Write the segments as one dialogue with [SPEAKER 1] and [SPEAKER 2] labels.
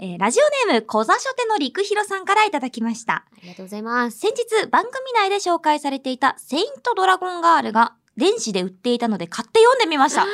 [SPEAKER 1] えーラジオネーム、小座書店の陸広さんからいただきました。
[SPEAKER 2] ありがとうございます。
[SPEAKER 1] 先日、番組内で紹介されていた、セイントドラゴンガールが、電子で売っていたので買って読んでみました。なん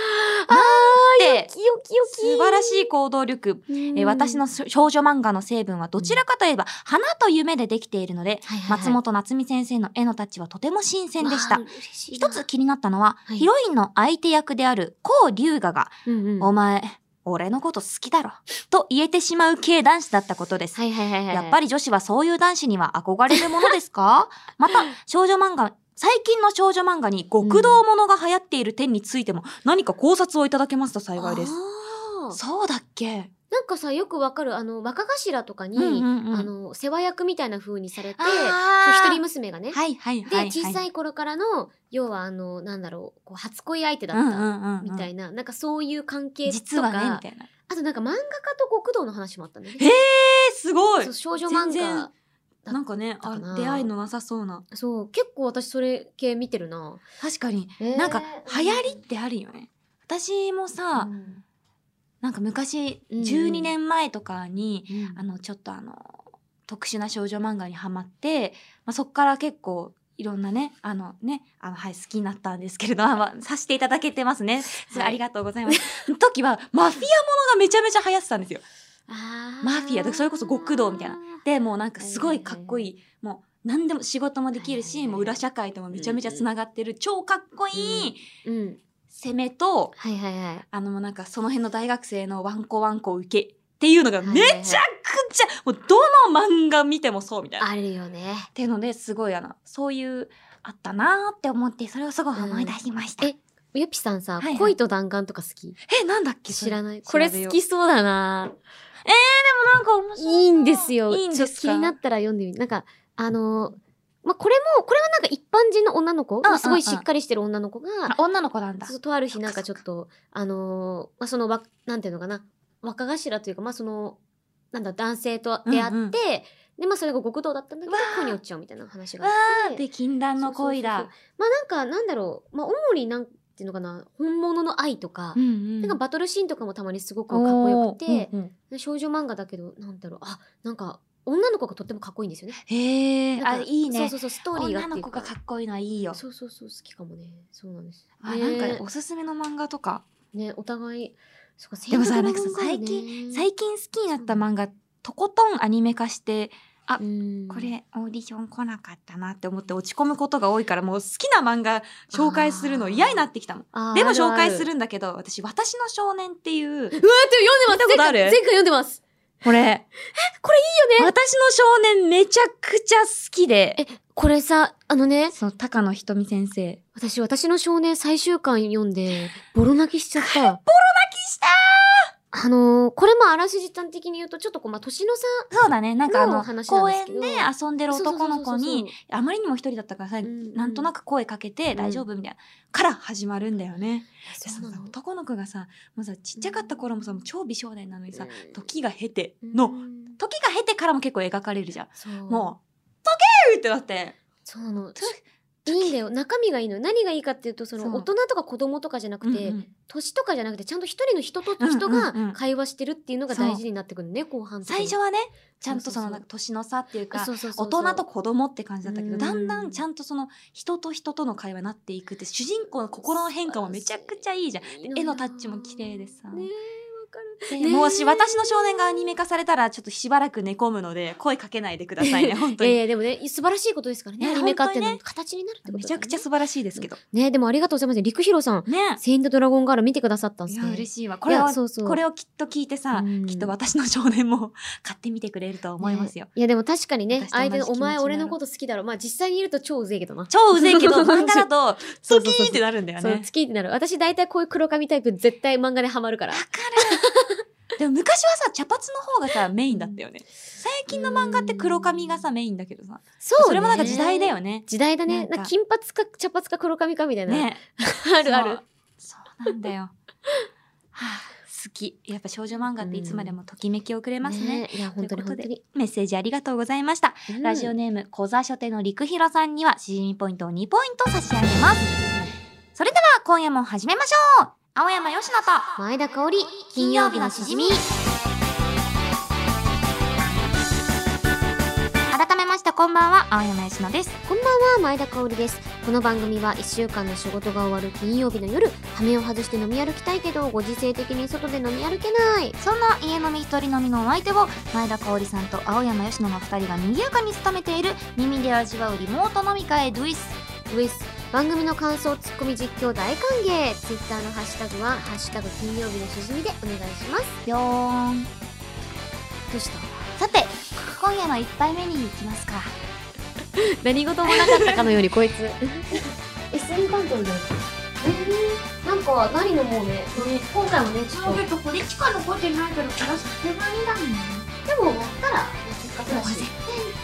[SPEAKER 1] て、
[SPEAKER 2] きよきよき。
[SPEAKER 1] 素晴らしい行動力。
[SPEAKER 2] い
[SPEAKER 1] えー私の少女漫画の成分はどちらかといえば、花と夢でできているので、松本夏美先生の絵のタッチはとても新鮮でした。。一つ、気になったのは、
[SPEAKER 2] はい
[SPEAKER 1] ヒロインの相手役である高龍河が、
[SPEAKER 2] うんうん、
[SPEAKER 1] お
[SPEAKER 2] は
[SPEAKER 1] 前、俺のこと好きだろ、と言えてしまう系男子だったことです。
[SPEAKER 2] いはいはいはい。
[SPEAKER 1] やっぱり女子はそういう男子には憧れるものです かまた、少女漫画、最近の少女漫画に極道ものが流行っている点についても何か考察をいただけますと幸いです。
[SPEAKER 2] あー
[SPEAKER 1] そうだっけ
[SPEAKER 2] なんかさ、よくわかる、あの、若頭とかに、
[SPEAKER 1] うんうんうん
[SPEAKER 2] あの、世話役みたいな風にされて、
[SPEAKER 1] あー
[SPEAKER 2] そう一人娘がね。
[SPEAKER 1] はいはいはい、
[SPEAKER 2] で、
[SPEAKER 1] はい。
[SPEAKER 2] 小さい頃からの、要はあの、なんだろう、こう初恋相手だ
[SPEAKER 1] うん
[SPEAKER 2] っ
[SPEAKER 1] う
[SPEAKER 2] た。
[SPEAKER 1] んうんうん
[SPEAKER 2] みたいな、なんかそういう関係とか、
[SPEAKER 1] 実はね、みたいな。
[SPEAKER 2] あとなんか漫画家と極道の話もあったんだよね。
[SPEAKER 1] ええー、すごい
[SPEAKER 2] そう少女漫
[SPEAKER 1] 全然
[SPEAKER 2] 画。
[SPEAKER 1] なんかね、
[SPEAKER 2] だ
[SPEAKER 1] あ
[SPEAKER 2] ったかな
[SPEAKER 1] 出会いのなさそうな。
[SPEAKER 2] そう、結構私それ系見てるな。
[SPEAKER 1] 確かに、
[SPEAKER 2] えー
[SPEAKER 1] なんか流行りってあるよね。私もさ、
[SPEAKER 2] うん
[SPEAKER 1] なんか昔、
[SPEAKER 2] うん
[SPEAKER 1] 12年前とかに、
[SPEAKER 2] うん
[SPEAKER 1] あの、ちょっとあの、特殊な少女漫画にハマって、まあ、そっから結構、いろんなね、あのね、あの、はい、好きになったんですけれど、あまあ、させていただけてますね。それ
[SPEAKER 2] はい
[SPEAKER 1] ありがとうございます。の時は、マフィアものがめちゃめちゃ流行ってたんですよ。
[SPEAKER 2] あー
[SPEAKER 1] マフィアとかそれこそ極道みたいなで、もうなんかすごいかっこいい、もう何でも仕事もできるし、
[SPEAKER 2] はいはいはい
[SPEAKER 1] もう裏社会ともめちゃめちゃつながってる、超かっこいい
[SPEAKER 2] うん。
[SPEAKER 1] 攻めと、
[SPEAKER 2] はいはいはい。
[SPEAKER 1] あのもうなんかその辺の大学生のワンコワンコ受けっていうのがめちゃくちゃ、もうどの漫画見てもそうみたいな。っ
[SPEAKER 2] あるよね。
[SPEAKER 1] ていうのですごいあの、そういう、あったなーって思って、それをすごい思い出しました。
[SPEAKER 2] うんゆぴさんさ、
[SPEAKER 1] はいはい
[SPEAKER 2] 恋と弾丸とか好き
[SPEAKER 1] え、なんだっけ
[SPEAKER 2] 知らない。
[SPEAKER 1] そ
[SPEAKER 2] こ
[SPEAKER 1] れ
[SPEAKER 2] れ
[SPEAKER 1] 調べよ
[SPEAKER 2] 好
[SPEAKER 1] う
[SPEAKER 2] きそうだな。
[SPEAKER 1] なんか面白い。
[SPEAKER 2] いいんですよ。
[SPEAKER 1] いいんですか
[SPEAKER 2] ちょっと気になったら読んでみる。なんか、あのー、まあ、これも、これはなんか一般人の女の子、
[SPEAKER 1] んうん
[SPEAKER 2] まあすごいしっかりしてる女の子が、
[SPEAKER 1] あ女の子なんだ。
[SPEAKER 2] そうとある日なんかちょっと、あのー、まあ、そのわ、なんていうのかな、若頭というか、まあ、その、なんだ、男性と出会って、
[SPEAKER 1] うんうん
[SPEAKER 2] で、まあ、それが極道だったんだけど
[SPEAKER 1] わ、あ
[SPEAKER 2] 恋に落ちちゃうみたいな話が
[SPEAKER 1] わー
[SPEAKER 2] あっ。
[SPEAKER 1] ってて禁断の恋だ。
[SPEAKER 2] まあ、なんか、なんだろう、まあ、主になんていうのかな、本物の愛とか、
[SPEAKER 1] うんうん
[SPEAKER 2] なんかバトルシーンとかもたまにすごくかっこよくて、
[SPEAKER 1] おーうんうん
[SPEAKER 2] 少女漫画だけど、なんだろう、あ、なんか、女の子がとってもかっこいいんですよね。
[SPEAKER 1] へえ、
[SPEAKER 2] なん
[SPEAKER 1] あ、
[SPEAKER 2] か
[SPEAKER 1] いいね。
[SPEAKER 2] そうそうそう、ストーリーがっ
[SPEAKER 1] 女
[SPEAKER 2] てい
[SPEAKER 1] の
[SPEAKER 2] う
[SPEAKER 1] 子がかっこいいのはいいよ。
[SPEAKER 2] そうそうそう、好きかもね。そうなんです。
[SPEAKER 1] あ
[SPEAKER 2] ね
[SPEAKER 1] なんかねおすすめの漫画とか、
[SPEAKER 2] ね、お互い、そっか、
[SPEAKER 1] でもさ
[SPEAKER 2] 戦
[SPEAKER 1] な
[SPEAKER 2] 争
[SPEAKER 1] んかさ
[SPEAKER 2] の漫画
[SPEAKER 1] 最
[SPEAKER 2] ね、
[SPEAKER 1] 最近好きになった漫画とことんアニメ化して
[SPEAKER 2] うん
[SPEAKER 1] こ、れオーディション来なかったなって思って落ち込むことが多いからもう好きな漫画紹介するの嫌になってきたもん
[SPEAKER 2] あー
[SPEAKER 1] でも
[SPEAKER 2] あるある
[SPEAKER 1] 紹介するんだけど私「私の少年」っていう
[SPEAKER 2] うわー
[SPEAKER 1] 見
[SPEAKER 2] って
[SPEAKER 1] た
[SPEAKER 2] 読んでます
[SPEAKER 1] ことある
[SPEAKER 2] 前回前回読んでます
[SPEAKER 1] これ
[SPEAKER 2] こ
[SPEAKER 1] れいいよね私の少年めちゃくちゃ好きで
[SPEAKER 2] えこれさ、あのね、
[SPEAKER 1] そう高野ひとみ先生
[SPEAKER 2] 私、私の少年最終巻読 んで、ボロ泣きしちゃった。ボロ泣き
[SPEAKER 1] した
[SPEAKER 2] あのー、これもあらすじ端的に言うと、ちょっとこう、まあ、年の差
[SPEAKER 1] そうだねなんかあの
[SPEAKER 2] の話なん
[SPEAKER 1] 公
[SPEAKER 2] です
[SPEAKER 1] 園
[SPEAKER 2] けど
[SPEAKER 1] で遊んでる男の子に、あまりにも一人だったからさ、
[SPEAKER 2] ん
[SPEAKER 1] なんとなく声かけて
[SPEAKER 2] ん
[SPEAKER 1] 大丈夫みたいな、から始まるんだよね。で
[SPEAKER 2] そう
[SPEAKER 1] さ
[SPEAKER 2] なの
[SPEAKER 1] 男の子がさもうさちっちゃかった頃もさもう超美少年なのにさ、
[SPEAKER 2] うん
[SPEAKER 1] 時が経て
[SPEAKER 2] う
[SPEAKER 1] の
[SPEAKER 2] ん
[SPEAKER 1] 時が経てからも結構描かれるじゃん。
[SPEAKER 2] そう
[SPEAKER 1] もう「時計!」ってなって
[SPEAKER 2] そうなの
[SPEAKER 1] と
[SPEAKER 2] いいんだよ中身がいいのよ何がいいかっていうとそ
[SPEAKER 1] そ
[SPEAKER 2] の
[SPEAKER 1] う
[SPEAKER 2] 大人とか子供とかじゃなくて、
[SPEAKER 1] うんうん
[SPEAKER 2] 年とかじゃなくてちゃんと一人の人と
[SPEAKER 1] うん
[SPEAKER 2] 人
[SPEAKER 1] うんうん
[SPEAKER 2] が会話してるっていうのが大事になってくるのね、後半とか
[SPEAKER 1] 最初はねちゃんとそ
[SPEAKER 2] そうそう
[SPEAKER 1] の
[SPEAKER 2] そう
[SPEAKER 1] なんか年の差っていうか。
[SPEAKER 2] そうそうそう
[SPEAKER 1] 大人と子供って感じだったけど、
[SPEAKER 2] うん
[SPEAKER 1] だんだんちゃんとその人と人との会話になっていくって主人公の心の変化もめちゃくちゃいいじゃん。
[SPEAKER 2] いい
[SPEAKER 1] で
[SPEAKER 2] よ
[SPEAKER 1] 絵のタッチも綺麗でさ。
[SPEAKER 2] ねえわかる
[SPEAKER 1] で
[SPEAKER 2] ねえ
[SPEAKER 1] もし私の少年がアニメ化されたらちょっとしばらく寝込むので声かけないでくださ いね本当
[SPEAKER 2] いやい
[SPEAKER 1] に、
[SPEAKER 2] やでもね素晴らしいことですからね
[SPEAKER 1] ね
[SPEAKER 2] アニメ化っていうの
[SPEAKER 1] 本
[SPEAKER 2] は形になるってこと
[SPEAKER 1] め
[SPEAKER 2] だ
[SPEAKER 1] ち
[SPEAKER 2] か
[SPEAKER 1] ゃ
[SPEAKER 2] らね
[SPEAKER 1] くちゃ素晴らしいですけど
[SPEAKER 2] ねでもありがとうございます陸広さん
[SPEAKER 1] ね
[SPEAKER 2] セイントドラゴンガール見てくださったんで
[SPEAKER 1] い
[SPEAKER 2] す
[SPEAKER 1] や
[SPEAKER 2] ね
[SPEAKER 1] 嬉
[SPEAKER 2] しい
[SPEAKER 1] しいわこれを
[SPEAKER 2] そうそう
[SPEAKER 1] これをきっと聞いてさ、
[SPEAKER 2] うん
[SPEAKER 1] きっと私の少年も 買ってみてくれると思いますよ、
[SPEAKER 2] ねいやでも確かにね
[SPEAKER 1] 私と同じ
[SPEAKER 2] 相手の「お
[SPEAKER 1] 気持
[SPEAKER 2] 前
[SPEAKER 1] ちになる
[SPEAKER 2] 俺のこと好きだろ」まあ実際にいると超うぜえけどな
[SPEAKER 1] 超うぜえ けど
[SPEAKER 2] そうそう
[SPEAKER 1] 漫画だと
[SPEAKER 2] そ
[SPEAKER 1] ドキ
[SPEAKER 2] うそ
[SPEAKER 1] ー
[SPEAKER 2] うそう
[SPEAKER 1] ンってなるんだよ
[SPEAKER 2] そう
[SPEAKER 1] ね
[SPEAKER 2] 好きになる私大体こういう黒髪タイプ絶対漫画でハマるから
[SPEAKER 1] わかるでも昔はさ茶髪の方がさメインだったよね最近の漫画って黒髪がさメインだけどさ
[SPEAKER 2] そ
[SPEAKER 1] それもなんか時代だよね
[SPEAKER 2] 時代だ
[SPEAKER 1] な
[SPEAKER 2] ね
[SPEAKER 1] んか
[SPEAKER 2] なんか金髪か茶髪か黒髪かみたいな、
[SPEAKER 1] ね
[SPEAKER 2] あるある
[SPEAKER 1] そうそうなんだよ はあ好きやっぱ少女漫画っていつまでもときめきをくれますね
[SPEAKER 2] いや本当
[SPEAKER 1] とい
[SPEAKER 2] に
[SPEAKER 1] うこ
[SPEAKER 2] 本
[SPEAKER 1] とで
[SPEAKER 2] 当に、
[SPEAKER 1] メッセージありがとうございました
[SPEAKER 2] うん
[SPEAKER 1] ラジオネーム、小座書店の陸広さんには、しじみポイントを2ポイント差し上げます。それでは、今夜も始めましょう青山よしのと、
[SPEAKER 2] 前田香織
[SPEAKER 1] 金曜日のしじみ。こんばんは、青山佳乃です。
[SPEAKER 2] こんばんは前田香織ですこの番組は1週間の仕事が終わる金曜日の夜羽目を外して飲み歩きたいけどご時世的に外で飲み歩けない
[SPEAKER 1] そんな家飲み一人飲みのお相手を、前田香織さんと青山佳乃の二人が賑やかに務めている、耳で味わうリモート飲み会ドゥイス。
[SPEAKER 2] ウエス番組の感想ツッコミ実況大歓迎ツイッターのハッシュタグは「ハッシュタグ金曜日のしじみ」でお願いします
[SPEAKER 1] よーん。
[SPEAKER 2] どうした
[SPEAKER 1] さて、今夜の一杯目に行きますか。
[SPEAKER 2] 何事もなかったかのようにこいつ SM 担当だよえー、なんか何飲もうね今回もねちょっ
[SPEAKER 1] と
[SPEAKER 2] と
[SPEAKER 1] これしか残ってないけど、プラス手紙だね。
[SPEAKER 2] でも割ったらせっかくだし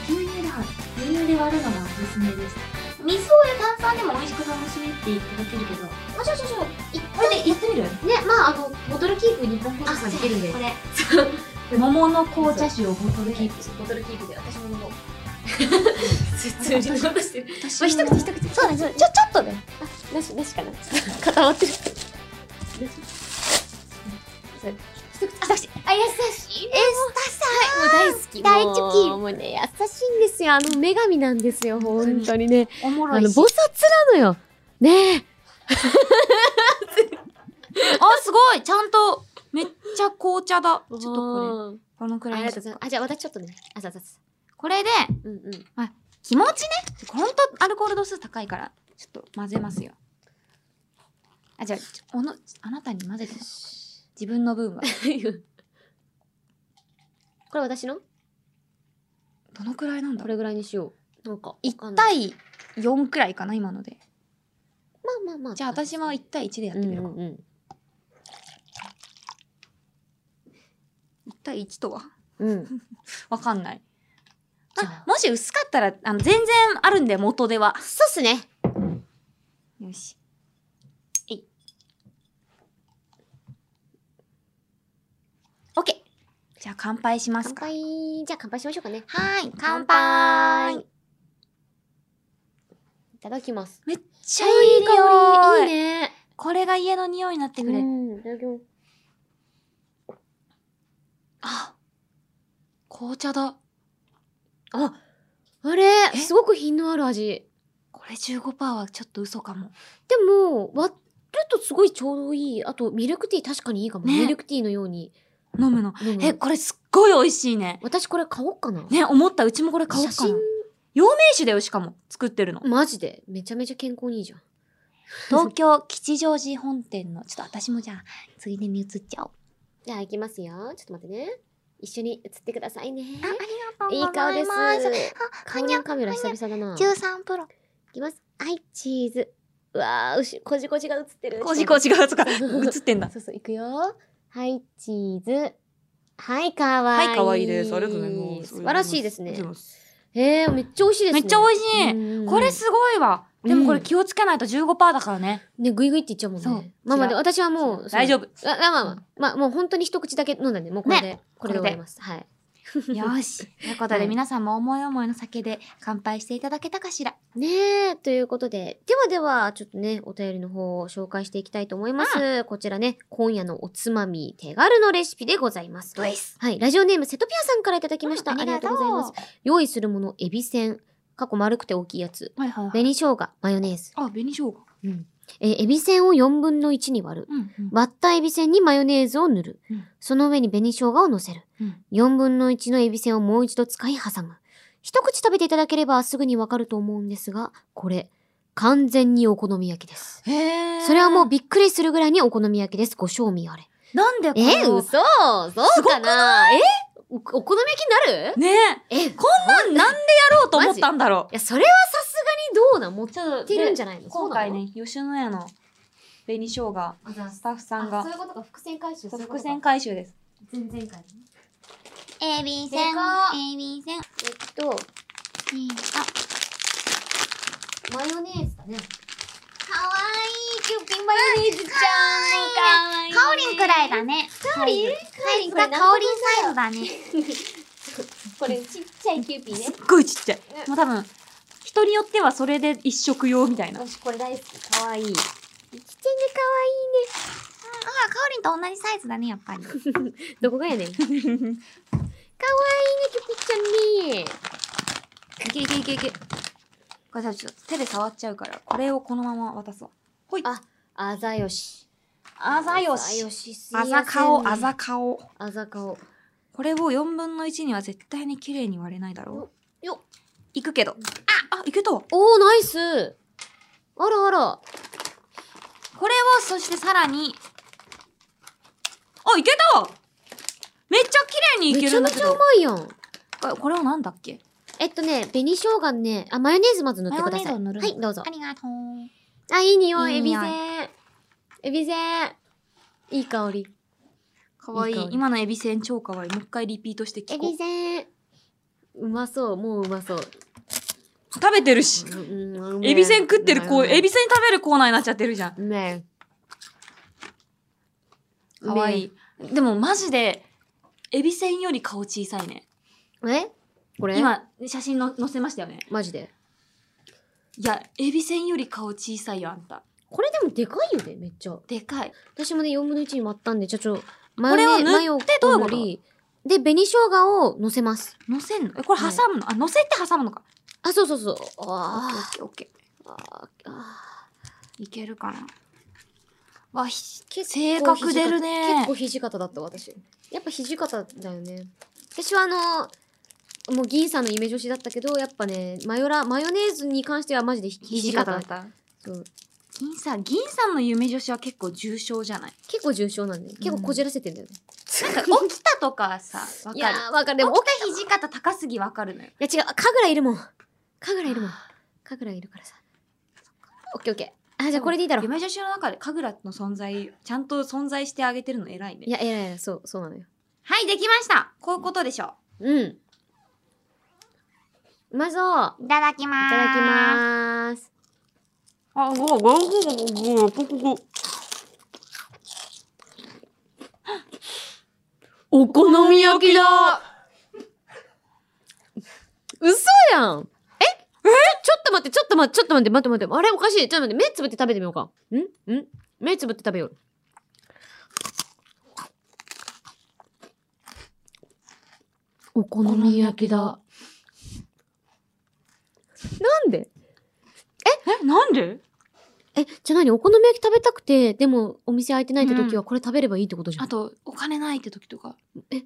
[SPEAKER 1] 牛乳だ。牛乳で割るのがおすすめです。味噌や炭酸でも美味しく楽しめていただけるけど、
[SPEAKER 2] もうちょいちょいちょい一
[SPEAKER 1] これでやってみる
[SPEAKER 2] 旦ねまああのボトルキープ日本放送さんできるんで
[SPEAKER 1] これ。桃の紅茶酒をボトルキープ。
[SPEAKER 2] ボトルキープで私も飲もう普通に飲ましてるまあ、一口一口
[SPEAKER 1] そうね、ちょ、ちょっとね。
[SPEAKER 2] あなしなしかな 固まってる一口
[SPEAKER 1] 一口。
[SPEAKER 2] あ優しいエスタさ
[SPEAKER 1] 大
[SPEAKER 2] んもう大好き
[SPEAKER 1] 好き
[SPEAKER 2] もうもうね優しいんですよあの女神なんですよ本当にね
[SPEAKER 1] おもろ
[SPEAKER 2] あ
[SPEAKER 1] い
[SPEAKER 2] の
[SPEAKER 1] し。
[SPEAKER 2] 菩薩なのよねえ
[SPEAKER 1] あ、すごいちゃんと、めっちゃ紅茶だ。ちょっとこれ、
[SPEAKER 2] れ
[SPEAKER 1] このく
[SPEAKER 2] あ
[SPEAKER 1] らい
[SPEAKER 2] り
[SPEAKER 1] に
[SPEAKER 2] が
[SPEAKER 1] しと
[SPEAKER 2] とう
[SPEAKER 1] く
[SPEAKER 2] ございますあじゃあ私ちょっとねあざざざ
[SPEAKER 1] これで、
[SPEAKER 2] うんうん
[SPEAKER 1] 気持ちね。ほんとアルコール度数高いから、ちょっと混ぜますよ。あ、じゃあ、ちょおの、あなたに混ぜて。自分の分は。
[SPEAKER 2] これ私の
[SPEAKER 1] どのくらいなんだ
[SPEAKER 2] これぐらいにしようなんかわか
[SPEAKER 1] 1
[SPEAKER 2] んない
[SPEAKER 1] 対4くらいかな、今ので。
[SPEAKER 2] まあまあまあ
[SPEAKER 1] じゃあ、私も1対1でやってみようか。
[SPEAKER 2] うんうんうん
[SPEAKER 1] 1対1とは
[SPEAKER 2] うん。
[SPEAKER 1] わかんない。
[SPEAKER 2] じゃ
[SPEAKER 1] あ、もし薄かったら、あの、全然あるんで、元では。
[SPEAKER 2] そうっすね。
[SPEAKER 1] よし。えい。オッケー。じゃあ乾杯しま
[SPEAKER 2] 乾
[SPEAKER 1] すか。
[SPEAKER 2] 杯。じゃあ乾杯しましょうかね。
[SPEAKER 1] はーい、乾
[SPEAKER 2] 乾
[SPEAKER 1] 杯
[SPEAKER 2] 杯。いただきます。
[SPEAKER 1] めっちゃいい香り。
[SPEAKER 2] いいね。
[SPEAKER 1] これが家の匂いになってくれ。
[SPEAKER 2] うんいただきます
[SPEAKER 1] あ、紅茶だ。
[SPEAKER 2] あ、あれ
[SPEAKER 1] え
[SPEAKER 2] すごく品のある味。
[SPEAKER 1] これ15%はちょっと嘘かも。
[SPEAKER 2] でも、割るとすごいちょうどいい。あと、ミルクティー確かにいいかも。
[SPEAKER 1] ね
[SPEAKER 2] ミルクティーのように。
[SPEAKER 1] 飲むの。
[SPEAKER 2] 飲む
[SPEAKER 1] え、これすっごい美味しいね。
[SPEAKER 2] 私これ買おうかな。
[SPEAKER 1] ね、思った。うちもこれ買おう
[SPEAKER 2] 写
[SPEAKER 1] かな
[SPEAKER 2] 真。、
[SPEAKER 1] 陽明酒だよ、しかも。作ってるの。
[SPEAKER 2] マジで。めちゃめちゃ健康にいいじゃん。
[SPEAKER 1] 東京吉祥寺本店の、ちょっと私もじゃあ、ついでに移っちゃおう。
[SPEAKER 2] じゃあ、いきますよ。ちょっと待ってね。一緒に写ってくださいね。
[SPEAKER 1] が
[SPEAKER 2] いい顔です。
[SPEAKER 1] あ、
[SPEAKER 2] 顔面カメラ久々だな。
[SPEAKER 1] 13プロ。
[SPEAKER 2] いきます。はい、チーズ。うわー、うし、こじこじが映ってる。
[SPEAKER 1] こじこ
[SPEAKER 2] じ。
[SPEAKER 1] じが、つ か、
[SPEAKER 2] そう
[SPEAKER 1] 映ってんだ。
[SPEAKER 2] そうそう、いくよ。はい、チーズ。はい、かわいい。
[SPEAKER 1] はい、可愛いです。ありがとうございます。
[SPEAKER 2] 素晴らしいです
[SPEAKER 1] あ
[SPEAKER 2] ね
[SPEAKER 1] りがと。うございます
[SPEAKER 2] えー、めっちゃ美味しいです
[SPEAKER 1] め
[SPEAKER 2] ね。
[SPEAKER 1] っちゃ美味しい。
[SPEAKER 2] し
[SPEAKER 1] これすごいわ。でもこれ気をつけないと15%だからね。
[SPEAKER 2] ね、ぐいぐいって言っちゃうもんね。
[SPEAKER 1] そう
[SPEAKER 2] まあまあ、
[SPEAKER 1] 違
[SPEAKER 2] で
[SPEAKER 1] う
[SPEAKER 2] 私はもう、
[SPEAKER 1] 大丈
[SPEAKER 2] 夫。
[SPEAKER 1] 夫。
[SPEAKER 2] あまあまあまあ、まあ、もう本当に一口だけ飲んだんで、もうこれで、これで
[SPEAKER 1] これ
[SPEAKER 2] 終わ
[SPEAKER 1] で
[SPEAKER 2] ります。はい。
[SPEAKER 1] よし。ということ
[SPEAKER 2] は
[SPEAKER 1] で
[SPEAKER 2] い
[SPEAKER 1] 皆さんも思い思いの酒で乾杯していただけたかしら。
[SPEAKER 2] ねえ、ということで、ではでは、ちょっとね、お便りの方を紹介していきたいと思います。こちらね、今夜のおつまみ、手軽のレシピでございます。
[SPEAKER 1] ドイス。
[SPEAKER 2] はい、ラジオネーム、セトピアさんからいただきました。ありがとうございます。用意するもの、エビせん。過去丸くて大きいやつ。
[SPEAKER 1] はいはいはい。
[SPEAKER 2] 紅生姜、マヨネーズ。
[SPEAKER 1] あ、紅生姜。
[SPEAKER 2] えーエビせんを4分の1に割る。
[SPEAKER 1] うんうん。
[SPEAKER 2] 割ったエビせんにマヨネーズを塗る。
[SPEAKER 1] うん
[SPEAKER 2] その上に紅生姜を乗せる。
[SPEAKER 1] うん
[SPEAKER 2] 4分の1のエビせんをもう一度使い挟む。一口食べていただければすぐにわかると思うんですが、これ、完全にお好み焼きです。
[SPEAKER 1] へー
[SPEAKER 2] それはもうびっくりするぐらいにお好み焼きです。ご賞味あれ。
[SPEAKER 1] なんでこ
[SPEAKER 2] えー、
[SPEAKER 1] の
[SPEAKER 2] 嘘そうかなえおお好み焼きになる
[SPEAKER 1] ね
[SPEAKER 2] え、
[SPEAKER 1] こんなんなんでやろうと思ったんだろ
[SPEAKER 2] いや、それはさすがにどうなん持っ
[SPEAKER 1] う。ちょって
[SPEAKER 2] るんじゃないの
[SPEAKER 1] 今回。ね、吉野家の紅生姜、
[SPEAKER 2] そうなの
[SPEAKER 1] スタッフさんが
[SPEAKER 2] あ、そういうことか、伏線回収。
[SPEAKER 1] 伏線回収です。
[SPEAKER 2] 前々回。
[SPEAKER 1] エビ
[SPEAKER 2] せんでか
[SPEAKER 1] エビせん。
[SPEAKER 2] えっと、マヨネーズだね。
[SPEAKER 1] かわいいキュッピンマヨネーズちゃん
[SPEAKER 2] かわいい
[SPEAKER 1] かおりんくらいだね
[SPEAKER 2] カオリン
[SPEAKER 1] サイズがかおりんサイズだね
[SPEAKER 2] これちっちゃいキューピーね
[SPEAKER 1] すっ。ごいちっちゃいもう多分人によってはそれで一食用みたいなあ
[SPEAKER 2] 私これ大好き。かわいい。ちっちゃいね、
[SPEAKER 1] かおりんと同じサイズだねやっぱり
[SPEAKER 2] かわいいね。どこがやねん。かわいいね、キューピーちゃんね。
[SPEAKER 1] いけいけいけいけ。これさ、ちょっと手で触っちゃうから、これをこのまま渡すわ。ほい。
[SPEAKER 2] ああざよし。
[SPEAKER 1] あざよし。
[SPEAKER 2] すいま
[SPEAKER 1] あ
[SPEAKER 2] せんね
[SPEAKER 1] ざ顔、あ。ざ顔。
[SPEAKER 2] あざ顔。
[SPEAKER 1] これを4分の1には絶対に綺麗に割れないだろう。
[SPEAKER 2] よっ。
[SPEAKER 1] いくけど。あ、あ、いけたわ。
[SPEAKER 2] おー、ナイスあらあら。
[SPEAKER 1] これを、そしてさらに。あ、いけたわめっちゃ綺麗にい
[SPEAKER 2] め
[SPEAKER 1] け
[SPEAKER 2] ち
[SPEAKER 1] る
[SPEAKER 2] ゃ
[SPEAKER 1] ん
[SPEAKER 2] め
[SPEAKER 1] だけ
[SPEAKER 2] ちゃう
[SPEAKER 1] ど。
[SPEAKER 2] まいやん。
[SPEAKER 1] あこれはなんだっけ
[SPEAKER 2] えっとね、紅生姜ね、あ、マヨネーズまず塗ってください。
[SPEAKER 1] マヨネーズを塗る
[SPEAKER 2] は
[SPEAKER 1] の
[SPEAKER 2] い、どうぞ
[SPEAKER 1] あ。りがとう。
[SPEAKER 2] あ、いい匂い、
[SPEAKER 1] い
[SPEAKER 2] エ
[SPEAKER 1] い
[SPEAKER 2] ビ
[SPEAKER 1] 匂い
[SPEAKER 2] せエビせいい香り。
[SPEAKER 1] かわいい。
[SPEAKER 2] いい香り
[SPEAKER 1] 今のエビせん超かわいい。もう一回リピートして
[SPEAKER 2] エ
[SPEAKER 1] 聞こ
[SPEAKER 2] ビ
[SPEAKER 1] う。
[SPEAKER 2] せうまそう、もううまそう。
[SPEAKER 1] 食べてるし。エビせん食ってるコー、エビせん食べるコーナーになっちゃってるじゃん。
[SPEAKER 2] ビ。ねえ。
[SPEAKER 1] かわいい。でもマジで、エビせんより顔小さいね。
[SPEAKER 2] ねえ。えこれ
[SPEAKER 1] 今、写真の載せましたよね。
[SPEAKER 2] マジで。
[SPEAKER 1] いや、エビせんより顔小さいよ、あんた。
[SPEAKER 2] これでもでかいよね、めっちゃ。
[SPEAKER 1] でかい。
[SPEAKER 2] 私もね、4分の1に割ったんで、ちょ、ちょ、
[SPEAKER 1] これは塗って
[SPEAKER 2] マヨネ
[SPEAKER 1] どういうこと
[SPEAKER 2] マヨを塗りで、紅生姜を乗せます。
[SPEAKER 1] 載せんのえ、これ挟むの、あ、載せて挟むのか。
[SPEAKER 2] あ、そうそうそう。
[SPEAKER 1] オ
[SPEAKER 2] あ
[SPEAKER 1] ッケーオッケーオッケ
[SPEAKER 2] ーあーあ
[SPEAKER 1] ー。いけるかな。わ、ひ
[SPEAKER 2] ー。
[SPEAKER 1] 性格出るね
[SPEAKER 2] 結構土方だった、私。やっぱ土方だよね。私はあのー、もう銀さんのイメ女子だったけど、やっぱね、マヨラ、マヨネーズに関してはマジで
[SPEAKER 1] 土
[SPEAKER 2] 土
[SPEAKER 1] 方
[SPEAKER 2] 方
[SPEAKER 1] だ
[SPEAKER 2] だ
[SPEAKER 1] っ
[SPEAKER 2] った。
[SPEAKER 1] た。
[SPEAKER 2] そう
[SPEAKER 1] 銀さん、銀さんの夢女子は結構重症じゃない
[SPEAKER 2] 結構重症なんで、結構こじらせてんだよね。
[SPEAKER 1] なんか、起きたとかさ、わ
[SPEAKER 2] い
[SPEAKER 1] か
[SPEAKER 2] や
[SPEAKER 1] る。
[SPEAKER 2] ー、わかる。
[SPEAKER 1] で
[SPEAKER 2] で
[SPEAKER 1] も
[SPEAKER 2] も、
[SPEAKER 1] 起きた土方高すぎわかるのよ。
[SPEAKER 2] いや違う、神楽いるもん。神楽いるもん。神楽いるからさ。オッケーオッケー。あ、じゃあこれでいいだろう。
[SPEAKER 1] 夢女子の中で神楽の存在ちゃんと存在してあげてるの偉いね
[SPEAKER 2] いや、いやいや、そう、そうなのよ。
[SPEAKER 1] はいできましたこういうことでしょ
[SPEAKER 2] うん。うまそう。
[SPEAKER 1] ういただきま
[SPEAKER 2] い
[SPEAKER 1] い
[SPEAKER 2] た
[SPEAKER 1] ただ
[SPEAKER 2] だき
[SPEAKER 1] きまーす
[SPEAKER 2] まーす。
[SPEAKER 1] あごごごごごごご
[SPEAKER 2] お好み焼きだ嘘やんええちょっと待って、ちょっと待って、ちょっと待って、待って待って。あれおかしい。ちょっと待って、目つぶって食べてみようか。んん目つぶって食べよう。お好み焼きだ。なんで
[SPEAKER 1] えなんで
[SPEAKER 2] え、じゃあ何お好み焼き食べたくて、でもお店開いてないって時はこれ食べればいいってことじゃん。
[SPEAKER 1] あとお金ないって時とか
[SPEAKER 2] え、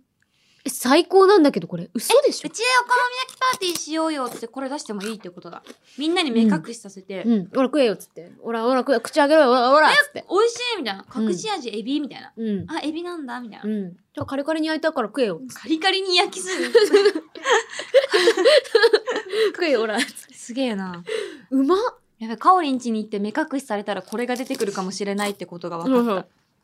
[SPEAKER 2] 最高なんだけどこれ。嘘でし
[SPEAKER 1] う
[SPEAKER 2] ょ
[SPEAKER 1] ちでお好み焼きパーティーしようよってこれ出してもいいってことだみんなに目隠しさせて、
[SPEAKER 2] うん。ほら食えよっつって。ほらほら食え、口あげろよ、ほらほらっつって。
[SPEAKER 1] 美味しいみたいな隠し味エビみたいな、
[SPEAKER 2] うん。
[SPEAKER 1] あエビなんだみたいな、
[SPEAKER 2] うん。じゃあカリカリに焼いたから食えよ。
[SPEAKER 1] カリカリに焼きすぎ
[SPEAKER 2] 食えよ、ほら。
[SPEAKER 1] すげえな
[SPEAKER 2] うまっ。
[SPEAKER 1] やべ、かおりんちに行って目隠しされたらこれが出てくるかもしれないってことが分
[SPEAKER 2] そ
[SPEAKER 1] か
[SPEAKER 2] う
[SPEAKER 1] っ
[SPEAKER 2] そ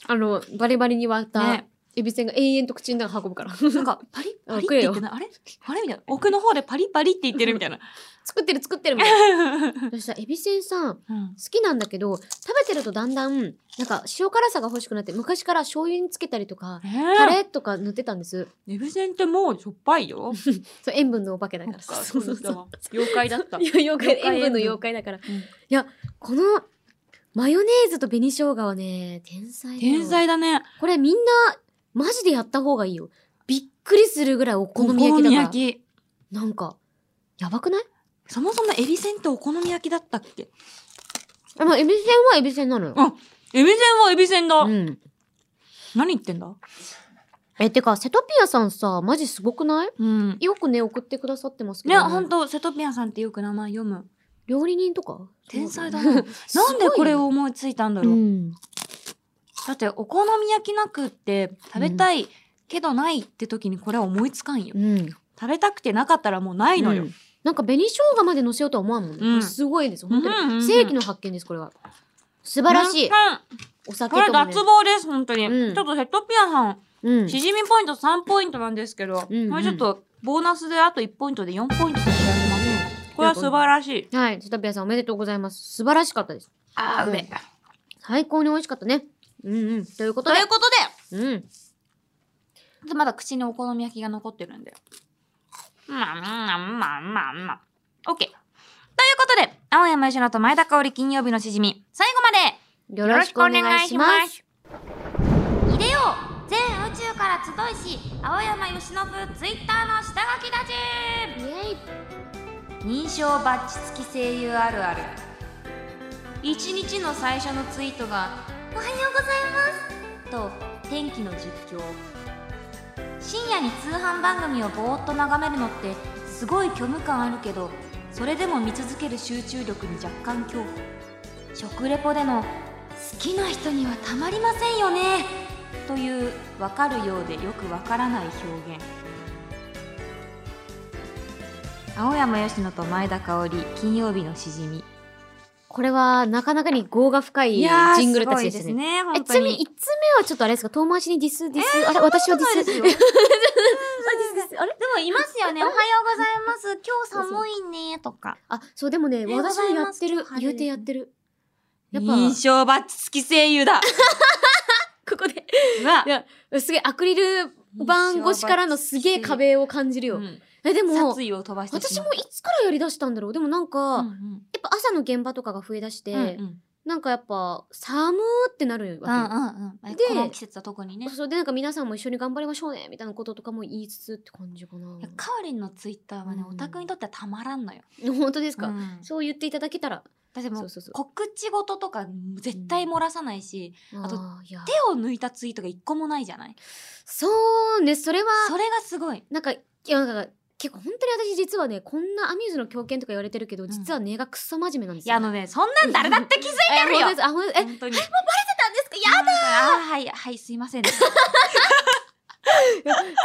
[SPEAKER 1] た。
[SPEAKER 2] う。あの、バリバリに割った
[SPEAKER 1] ね、
[SPEAKER 2] エビせんが永遠と口の中運ぶから。
[SPEAKER 1] なんか、パリッ
[SPEAKER 2] あ
[SPEAKER 1] パリっ
[SPEAKER 2] 食
[SPEAKER 1] て
[SPEAKER 2] え
[SPEAKER 1] 言
[SPEAKER 2] よ
[SPEAKER 1] ってないあれ あれみたいな。奥の方でパリッパリって言ってるみたいな。
[SPEAKER 2] 作ってる作ってるみたいな。私さ、エビせんさ、好
[SPEAKER 1] うん
[SPEAKER 2] きなんだけど、食べてるとだんだん、なんか塩辛さが欲しくなって、昔から醤油につけたりとか、
[SPEAKER 1] え
[SPEAKER 2] タ
[SPEAKER 1] ー、
[SPEAKER 2] レとか塗ってたんです。
[SPEAKER 1] エビせんってもうしょっぱい よ。
[SPEAKER 2] そう、塩分のお化けだから。
[SPEAKER 1] そっかそうだわ妖怪だった。
[SPEAKER 2] いや妖怪
[SPEAKER 1] 妖怪
[SPEAKER 2] 塩分の妖怪だから、
[SPEAKER 1] ん
[SPEAKER 2] いやこのマヨネーズと紅生姜はね天才だ よ
[SPEAKER 1] 天才だね。
[SPEAKER 2] これみんなマジでやった方がいいよびっくりするぐらいお好み焼きだから
[SPEAKER 1] お好み焼き
[SPEAKER 2] なんかやばくない
[SPEAKER 1] そもそもエビせんってお好み焼きだったっけ
[SPEAKER 2] あまあエビせんはエビせんなのよ
[SPEAKER 1] あエビせんはエビせんだ。
[SPEAKER 2] うん
[SPEAKER 1] 何言ってんだ
[SPEAKER 2] えてかセトピアさんさマジすごくない
[SPEAKER 1] うん。
[SPEAKER 2] よくね送ってくださってますけど
[SPEAKER 1] ね、ほんと、セトピアさんってよく名前読む。
[SPEAKER 2] 料理人とか
[SPEAKER 1] 天才だ
[SPEAKER 2] そう
[SPEAKER 1] な。 な
[SPEAKER 2] ね
[SPEAKER 1] んでこれを思いついたんだ
[SPEAKER 2] う
[SPEAKER 1] ろう。
[SPEAKER 2] ん
[SPEAKER 1] だってお好み焼きなくって食べたいけどないって時にこれは思いつかんよ、
[SPEAKER 2] うん
[SPEAKER 1] 食べたくてなかったらもうないのよ、
[SPEAKER 2] うんなんか紅生姜まで乗せようとは思わんもんね、
[SPEAKER 1] うん
[SPEAKER 2] すごいです本当に、
[SPEAKER 1] うんうんうん
[SPEAKER 2] 正規の発見ですこれは素晴らしい、
[SPEAKER 1] うん
[SPEAKER 2] お酒
[SPEAKER 1] これ
[SPEAKER 2] とも、ね、
[SPEAKER 1] 脱帽です本当に、
[SPEAKER 2] うん
[SPEAKER 1] ちょっとヘッドピアさん
[SPEAKER 2] うん
[SPEAKER 1] しじみポイント3ポイントなんですけど、
[SPEAKER 2] うんうん
[SPEAKER 1] これちょっとボーナスであと1ポイントで4ポイント差し上げますこれは素晴らしい
[SPEAKER 2] はいちょっとピアさんおめでとうございます素晴らしかったです
[SPEAKER 1] あ
[SPEAKER 2] ーうめえ最高に美味しかったねうんうんということ
[SPEAKER 1] と
[SPEAKER 2] で
[SPEAKER 1] いうこと
[SPEAKER 2] うん
[SPEAKER 1] でちょっとまだ口にお好み焼きが残ってるんでまあまあまあまあまあ OK ということで青山吉野と前田香織金曜日のしじみ最後まで
[SPEAKER 2] よろしくお願いします
[SPEAKER 1] 入れよう全宇宙から集いし青山由伸ツイッターの下書きたち
[SPEAKER 2] イエイ
[SPEAKER 1] 認証バッチ付き声優あるある一日の最初のツイートが「おはようございます」と天気の実況深夜に通販番組をぼーっと眺めるのってすごい虚無感あるけどそれでも見続ける集中力に若干恐怖食レポでの「好きな人にはたまりませんよね」という分かるようでよくわからない表現青山佳乃と前田香織金曜日のしじみ
[SPEAKER 2] これはなかなかに業が深い
[SPEAKER 1] ー
[SPEAKER 2] ジングルた
[SPEAKER 1] ご
[SPEAKER 2] ちです
[SPEAKER 1] い
[SPEAKER 2] ね。
[SPEAKER 1] ね
[SPEAKER 2] え
[SPEAKER 1] 本
[SPEAKER 2] ち
[SPEAKER 1] 当
[SPEAKER 2] なみに
[SPEAKER 1] に
[SPEAKER 2] 1つ目はちょっとあれですか遠回しにディスディス、あれ私はディ
[SPEAKER 1] そ
[SPEAKER 2] ス
[SPEAKER 1] んなことないですよ
[SPEAKER 2] あれ
[SPEAKER 1] でもいます よね「おはようございます今日寒いね」とか
[SPEAKER 2] あそうでもね
[SPEAKER 1] おはようご
[SPEAKER 2] 私
[SPEAKER 1] ざい
[SPEAKER 2] や
[SPEAKER 1] ま
[SPEAKER 2] っ
[SPEAKER 1] す
[SPEAKER 2] てる
[SPEAKER 1] 今日晴れ
[SPEAKER 2] 言うてやってるやっぱ
[SPEAKER 1] 印象バッチ付き声優 だ
[SPEAKER 2] ここで
[SPEAKER 1] はい
[SPEAKER 2] や すげえアクリル板越しからのすげえ壁を感じるよ、
[SPEAKER 1] うん
[SPEAKER 2] えでも
[SPEAKER 1] 殺意を飛ばしてし
[SPEAKER 2] 私
[SPEAKER 1] ま
[SPEAKER 2] もいつからやりだしたんだろうでもなんか、
[SPEAKER 1] う
[SPEAKER 2] や
[SPEAKER 1] ん
[SPEAKER 2] っぱ朝の現場とかが増えだして、
[SPEAKER 1] うんうんうん
[SPEAKER 2] なんかやっぱ寒ーってなる
[SPEAKER 1] うん
[SPEAKER 2] わ
[SPEAKER 1] うんうん
[SPEAKER 2] で
[SPEAKER 1] この季節は特に
[SPEAKER 2] け
[SPEAKER 1] ね
[SPEAKER 2] よ、そうでなんか皆さんも一緒に頑張りましょうねみたいなこととかも言いつつって感じかない
[SPEAKER 1] やかおりんのツイッターはね
[SPEAKER 2] う
[SPEAKER 1] オ
[SPEAKER 2] ん
[SPEAKER 1] タクにとってはたまらんのよ
[SPEAKER 2] 本当ですか、
[SPEAKER 1] うん
[SPEAKER 2] そう言っていただけたら
[SPEAKER 1] だっても
[SPEAKER 2] そううそうそう
[SPEAKER 1] 告知事とか絶対漏らさないしあと
[SPEAKER 2] ーいや
[SPEAKER 1] 手を抜いたツイートが一個もないじゃない
[SPEAKER 2] そうねそれは
[SPEAKER 1] それがすごい
[SPEAKER 2] なんかいやなんか結構本当に私実はねこんなアミューズの狂犬とか言われてるけど、
[SPEAKER 1] ん
[SPEAKER 2] 実は根がクソ真面目なんで
[SPEAKER 1] い
[SPEAKER 2] すよ
[SPEAKER 1] やあのねそんなん誰だって気づいてるよ
[SPEAKER 2] え本当 ですあ本当ですえ
[SPEAKER 1] 本当に
[SPEAKER 2] なんですかいや
[SPEAKER 1] やだあーはいはいすいませんでした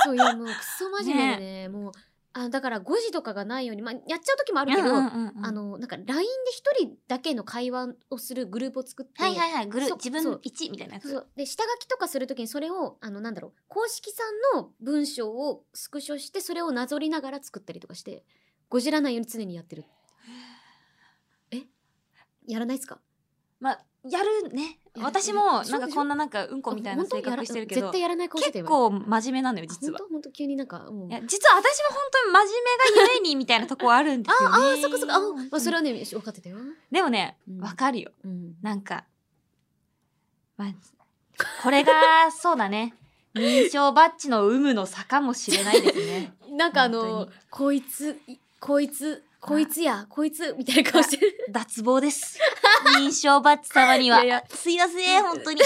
[SPEAKER 2] そういやもうクソ真面目でねもうあだから5時とかがないように、まあ、やっちゃう時もあるけど、
[SPEAKER 1] うんうんうんうん
[SPEAKER 2] あのなんか LINE で1人だけの会話をするグループを作って、
[SPEAKER 1] はいはいはいグル
[SPEAKER 2] そ
[SPEAKER 1] 自分
[SPEAKER 2] そう
[SPEAKER 1] 1みたいなや
[SPEAKER 2] そう
[SPEAKER 1] つ
[SPEAKER 2] そうで下書きとかするときにそれをあのなんだろう公式さんの文章をスクショしてそれをなぞりながら作ったりとかしてごじらないように常にやってるえやらないですか
[SPEAKER 1] まあやるね
[SPEAKER 2] やる
[SPEAKER 1] 私も
[SPEAKER 2] そ
[SPEAKER 1] な
[SPEAKER 2] うん
[SPEAKER 1] か
[SPEAKER 2] でしょ
[SPEAKER 1] こんななんかうんこみたいな
[SPEAKER 2] あ本当
[SPEAKER 1] 性
[SPEAKER 2] やら
[SPEAKER 1] 格してるけど
[SPEAKER 2] 絶対やらない顔して
[SPEAKER 1] 結
[SPEAKER 2] たよ
[SPEAKER 1] 構真面目なのよ
[SPEAKER 2] 今
[SPEAKER 1] 実は
[SPEAKER 2] あ本当本当急になんかもう
[SPEAKER 1] いや実は私も本当に真面目がゆえにみたいなとこあるんですよね
[SPEAKER 2] ああそっかそっかあ、
[SPEAKER 1] 本当
[SPEAKER 2] まあ、
[SPEAKER 1] に
[SPEAKER 2] それはね分かってたよ、
[SPEAKER 1] でもね
[SPEAKER 2] うん
[SPEAKER 1] わかるよ
[SPEAKER 2] うん
[SPEAKER 1] なんか、まあ、これがそうだ ね認証バッジの有無の差かもしれないです ね
[SPEAKER 2] なんかあ
[SPEAKER 1] 本
[SPEAKER 2] の
[SPEAKER 1] 当に
[SPEAKER 2] こいついこいつこいつやこいつみたいな顔してる
[SPEAKER 1] 脱帽です認証バッジ様にはい
[SPEAKER 2] やいや
[SPEAKER 1] すいません本当に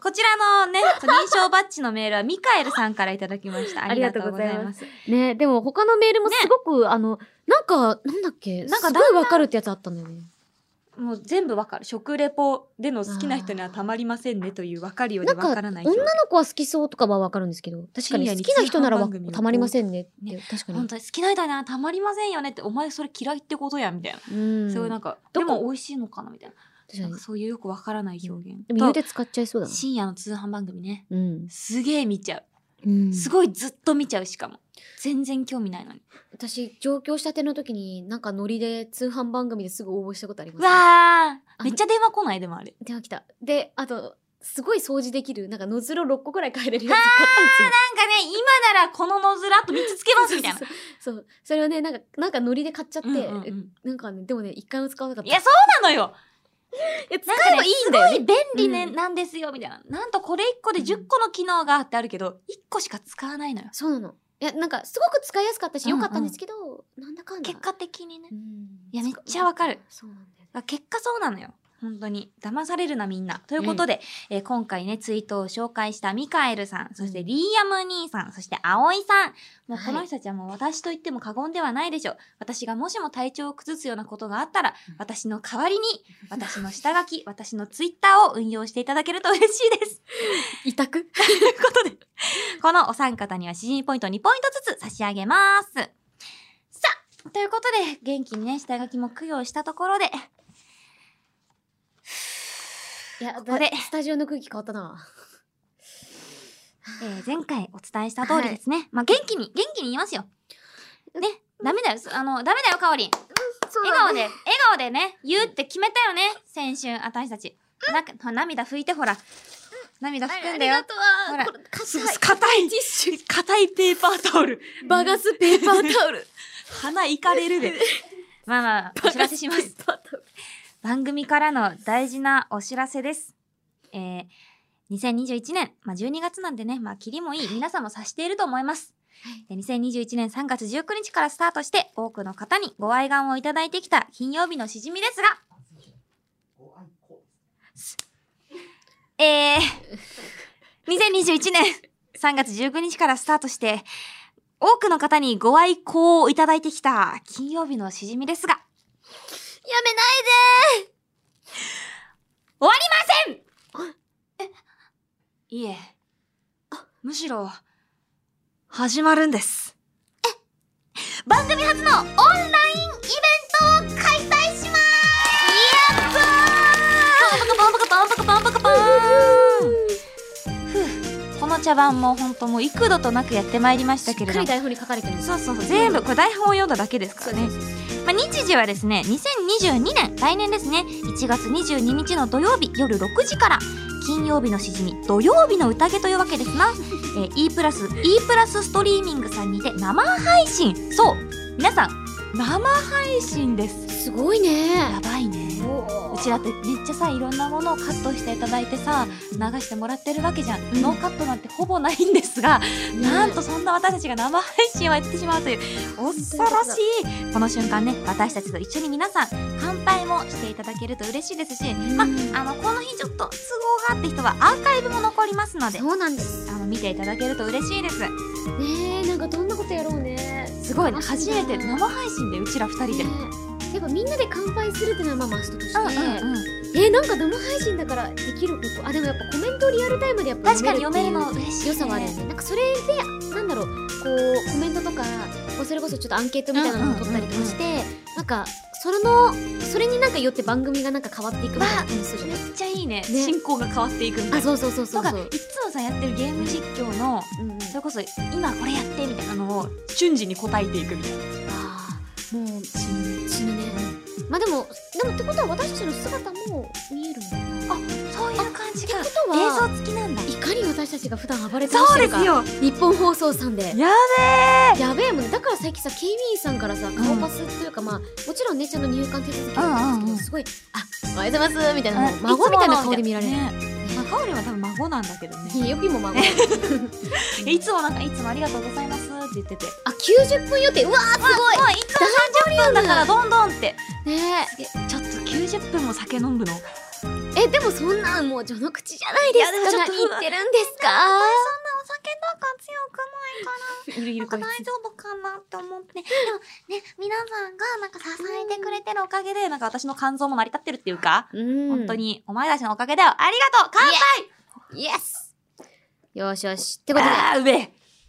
[SPEAKER 1] こちらのね認証バッジのメールはミカエルさんからいただきましたありがとうございます
[SPEAKER 2] ねでも他のメールも
[SPEAKER 1] ね
[SPEAKER 2] すごく、あのなんかなんだっけ
[SPEAKER 1] な
[SPEAKER 2] なんん
[SPEAKER 1] か
[SPEAKER 2] か
[SPEAKER 1] だん
[SPEAKER 2] す
[SPEAKER 1] だん
[SPEAKER 2] ごいわかるってやつあったんだよね
[SPEAKER 1] もう全部わかる食レポでの好きな人にはたまりませんねというわかるようで
[SPEAKER 2] なんか
[SPEAKER 1] わからない表
[SPEAKER 2] 女の子は好きそうとかはわかるんですけど確か
[SPEAKER 1] 深
[SPEAKER 2] に
[SPEAKER 1] 夜
[SPEAKER 2] 好
[SPEAKER 1] に
[SPEAKER 2] きな人なら
[SPEAKER 1] 通販
[SPEAKER 2] わ
[SPEAKER 1] 番組の
[SPEAKER 2] たまりませんねって
[SPEAKER 1] ね
[SPEAKER 2] 確かに
[SPEAKER 1] 本当に好きな人にはたまりませんよねってお前それ嫌いってことやみたいな、
[SPEAKER 2] うん
[SPEAKER 1] そういうなん
[SPEAKER 2] 確か
[SPEAKER 1] か
[SPEAKER 2] ど
[SPEAKER 1] で
[SPEAKER 2] こ
[SPEAKER 1] も美味しいのかなみたいな
[SPEAKER 2] に
[SPEAKER 1] なんかそういうよくわからない表現
[SPEAKER 2] でも言う
[SPEAKER 1] と
[SPEAKER 2] て使っちゃいそうだな
[SPEAKER 1] 深夜の通販番組ね
[SPEAKER 2] うん、
[SPEAKER 1] すげえ見ちゃう、
[SPEAKER 2] うん
[SPEAKER 1] すごいずっと見ちゃうしかも全然興味ないのに
[SPEAKER 2] 私上京したての時になんかノリで通販番組ですぐ応募したことありま
[SPEAKER 1] う
[SPEAKER 2] すね
[SPEAKER 1] わー
[SPEAKER 2] の
[SPEAKER 1] めっちゃ電話来ないでもあれ
[SPEAKER 2] 電話来た。で、あと、すごい掃除できる、なんかノズル6個ぐらい変えれるやつ買ったんで
[SPEAKER 1] なんかね今ならこのノズルあと3つつけます
[SPEAKER 2] すよ。
[SPEAKER 1] みたいな
[SPEAKER 2] そうそうそう。それをね、なんか、なんかノリで買っちゃって、
[SPEAKER 1] うんうんうん
[SPEAKER 2] なんかね、でもね、一回も使わなかった。
[SPEAKER 1] いや、そうなのよ
[SPEAKER 2] いや使
[SPEAKER 1] なん
[SPEAKER 2] え
[SPEAKER 1] か
[SPEAKER 2] ば
[SPEAKER 1] ね
[SPEAKER 2] いいんだよ、ね。
[SPEAKER 1] 便利ね、
[SPEAKER 2] うん
[SPEAKER 1] なんですよみたいななんとこれ1個で10個の機能があってあるけど1個しか使わないのよ
[SPEAKER 2] そうなの。いや、なんか、すごく使いやすかったし、良かったんですけど、なんだかんだ。
[SPEAKER 1] 結果的にね
[SPEAKER 2] うん、
[SPEAKER 1] いやめっちゃわかる
[SPEAKER 2] そうなんだよね。
[SPEAKER 1] あ結果そうなのよ本当に騙されるなみんなということで、えー今回ねツイートを紹介したミカエルさんそしてリーアム兄さんそして葵さんもう
[SPEAKER 2] はい
[SPEAKER 1] この人たちはもう私と言っても過言ではないでしょう私がもしも体調を崩すようなことがあったら
[SPEAKER 2] うん
[SPEAKER 1] 私の代わりに私の下書 き私のツイッターを運用していただけると嬉しいです
[SPEAKER 2] 委託
[SPEAKER 1] ということで、このお三方には詩人ポイント2ポイントずつ差し上げます。さあ、ということで、元気にね、下書きも供養したところで、
[SPEAKER 2] いや、
[SPEAKER 1] こで
[SPEAKER 2] だスタジオの空気変わったな。
[SPEAKER 1] えー前回お伝えした通りですね。まあ、元気に、元気に言いますよ。ね、ダメだよ、そあの、ダメだよ、かおりん。
[SPEAKER 2] そう
[SPEAKER 1] 笑顔で、笑顔でね、言うって決めたよね、先週、私たち。なんか、涙拭いてほら。涙拭くんだよ。
[SPEAKER 2] と
[SPEAKER 1] ほら
[SPEAKER 2] これ、
[SPEAKER 1] す
[SPEAKER 2] 硬
[SPEAKER 1] 硬
[SPEAKER 2] い。
[SPEAKER 1] いティッシュ。硬いペーパータオル。
[SPEAKER 2] バガスペーパータオル。
[SPEAKER 1] 鼻いかれるで。まあまあ、お知らせします。
[SPEAKER 2] バガスペーパータオル。
[SPEAKER 1] 番組からの大事なお知らせです。えー、2021年、まあ、12月なんでね、まあ、霧もいい、皆さんも察していると思います。で2021年3月19日からスタートして多くの方にご愛願をいただいてきた金曜日のしじみですがえー、2021年3月19日からスタートして多くの方にご愛好をいただいてきた金曜日のしじみですが
[SPEAKER 2] やめない
[SPEAKER 1] 終わりませんえいえむしろ始まるんです番組初のオンラインイベントを開催しますやったーパンパカパンパカパンパカパンパカパーンふうこの茶番も本当もう幾度となくやってまいりました
[SPEAKER 2] し
[SPEAKER 1] け
[SPEAKER 2] っ
[SPEAKER 1] れ
[SPEAKER 2] か
[SPEAKER 1] ど
[SPEAKER 2] り
[SPEAKER 1] も
[SPEAKER 2] 台本に書かれてるんです
[SPEAKER 1] そうそうそう全部これ台本を読んだだけですからねまあ、日時はですね2022年来年ですね1月22日の土曜日夜6時から金曜日のしじみ土曜日の宴というわけですな、えー、E プラス E プラスストリーミングさんにて生配信そう皆さん生配信です
[SPEAKER 2] すごいね
[SPEAKER 1] やばいねう
[SPEAKER 2] う
[SPEAKER 1] ちだってめっちゃさいろんなものをカットしていただいてさ流してもらってるわけじゃん、
[SPEAKER 2] うん
[SPEAKER 1] ノーカットなんてほぼないんですがなんとそんな私たちが生配信をやってしまうという恐ろしいこの瞬間ね私たちと一緒に皆さん乾杯もしていただけると嬉しいですし、まあ、あのこの日ちょっと都合があって人はアーカイブも残りますので
[SPEAKER 2] そうなんです
[SPEAKER 1] あの見ていただけると嬉しいです
[SPEAKER 2] ねえなんかどんなことやろうね
[SPEAKER 1] すごいね
[SPEAKER 2] 楽し
[SPEAKER 1] 初
[SPEAKER 2] み
[SPEAKER 1] め
[SPEAKER 2] だ
[SPEAKER 1] て生配信でうちら二人で。
[SPEAKER 2] ねえやっぱみんなで乾杯するっていうのはまあマストとして、
[SPEAKER 1] うんうん
[SPEAKER 2] えーなんか生配信だからできることあでもやっぱコメントをリアルタイムでやっぱ
[SPEAKER 1] 確かに読める
[SPEAKER 2] っていう
[SPEAKER 1] の嬉しい、ね、
[SPEAKER 2] 良さはあるよねなんかそれでなんだろうこうコメントとかこうそれこそちょっとアンケートみたいなのを取ったりとかして、なんかそれのそれになんかよって番組がなんか変わっていくみたいな感じするじゃ
[SPEAKER 1] め
[SPEAKER 2] ない
[SPEAKER 1] っちゃいいね
[SPEAKER 2] ね
[SPEAKER 1] 進行が変わっていくみた
[SPEAKER 2] あ
[SPEAKER 1] いな
[SPEAKER 2] そうそうそうそう
[SPEAKER 1] なん
[SPEAKER 2] そ
[SPEAKER 1] か
[SPEAKER 2] う
[SPEAKER 1] いっつもさやってるゲーム実況の
[SPEAKER 2] うんうん
[SPEAKER 1] それこそ今これやってみたいなのを瞬時に答えていくみたいな
[SPEAKER 2] あーもう死ぬ死ぬねまあでもでもってことは私たちの姿も見えるんだな
[SPEAKER 1] あそういう感じか
[SPEAKER 2] っ
[SPEAKER 1] 映
[SPEAKER 2] てことは
[SPEAKER 1] 像付きなんだ
[SPEAKER 2] いかに私たちが普段暴れて
[SPEAKER 1] そう
[SPEAKER 2] る
[SPEAKER 1] で
[SPEAKER 2] か
[SPEAKER 1] すよ
[SPEAKER 2] 日本放送さんで
[SPEAKER 1] や
[SPEAKER 2] やべえもんねだから最近さ警備員さんからさ顔パスというか、まあもちろんねちゃんの入管手続きだったん
[SPEAKER 1] うんうんう
[SPEAKER 2] ですけど、
[SPEAKER 1] ん
[SPEAKER 2] すごい「あおはようございます」みたい
[SPEAKER 1] べ
[SPEAKER 2] なもう孫みたいな顔で見られる、
[SPEAKER 1] ねまあ、カオリは多分孫なんだけどね
[SPEAKER 2] いいよぴも孫
[SPEAKER 1] えいつもなんかいつもありがとうございますって言ってて
[SPEAKER 2] あ90分予定うわーすごい
[SPEAKER 1] まあいつも30分だからどんどんって
[SPEAKER 2] ね
[SPEAKER 1] えちょっと90分も酒飲むの
[SPEAKER 2] ええでもそんなんもう序の口じゃないです
[SPEAKER 1] い
[SPEAKER 2] か
[SPEAKER 1] やでもちょっと
[SPEAKER 2] 何言ってるんですか
[SPEAKER 1] お酒なんか強くないから
[SPEAKER 2] いるい
[SPEAKER 1] な
[SPEAKER 2] る
[SPEAKER 1] んか
[SPEAKER 2] こい
[SPEAKER 1] 大
[SPEAKER 2] つ
[SPEAKER 1] 丈夫かなって思って。でもね、皆さんがなんか支えてくれてるおかげで、なんか私の肝臓も成り立ってるっていうか、
[SPEAKER 2] うん
[SPEAKER 1] 本当にお前たちのおかげだよ。ありがとう乾
[SPEAKER 2] イエスよしよしってことで
[SPEAKER 1] 杯あー、うべ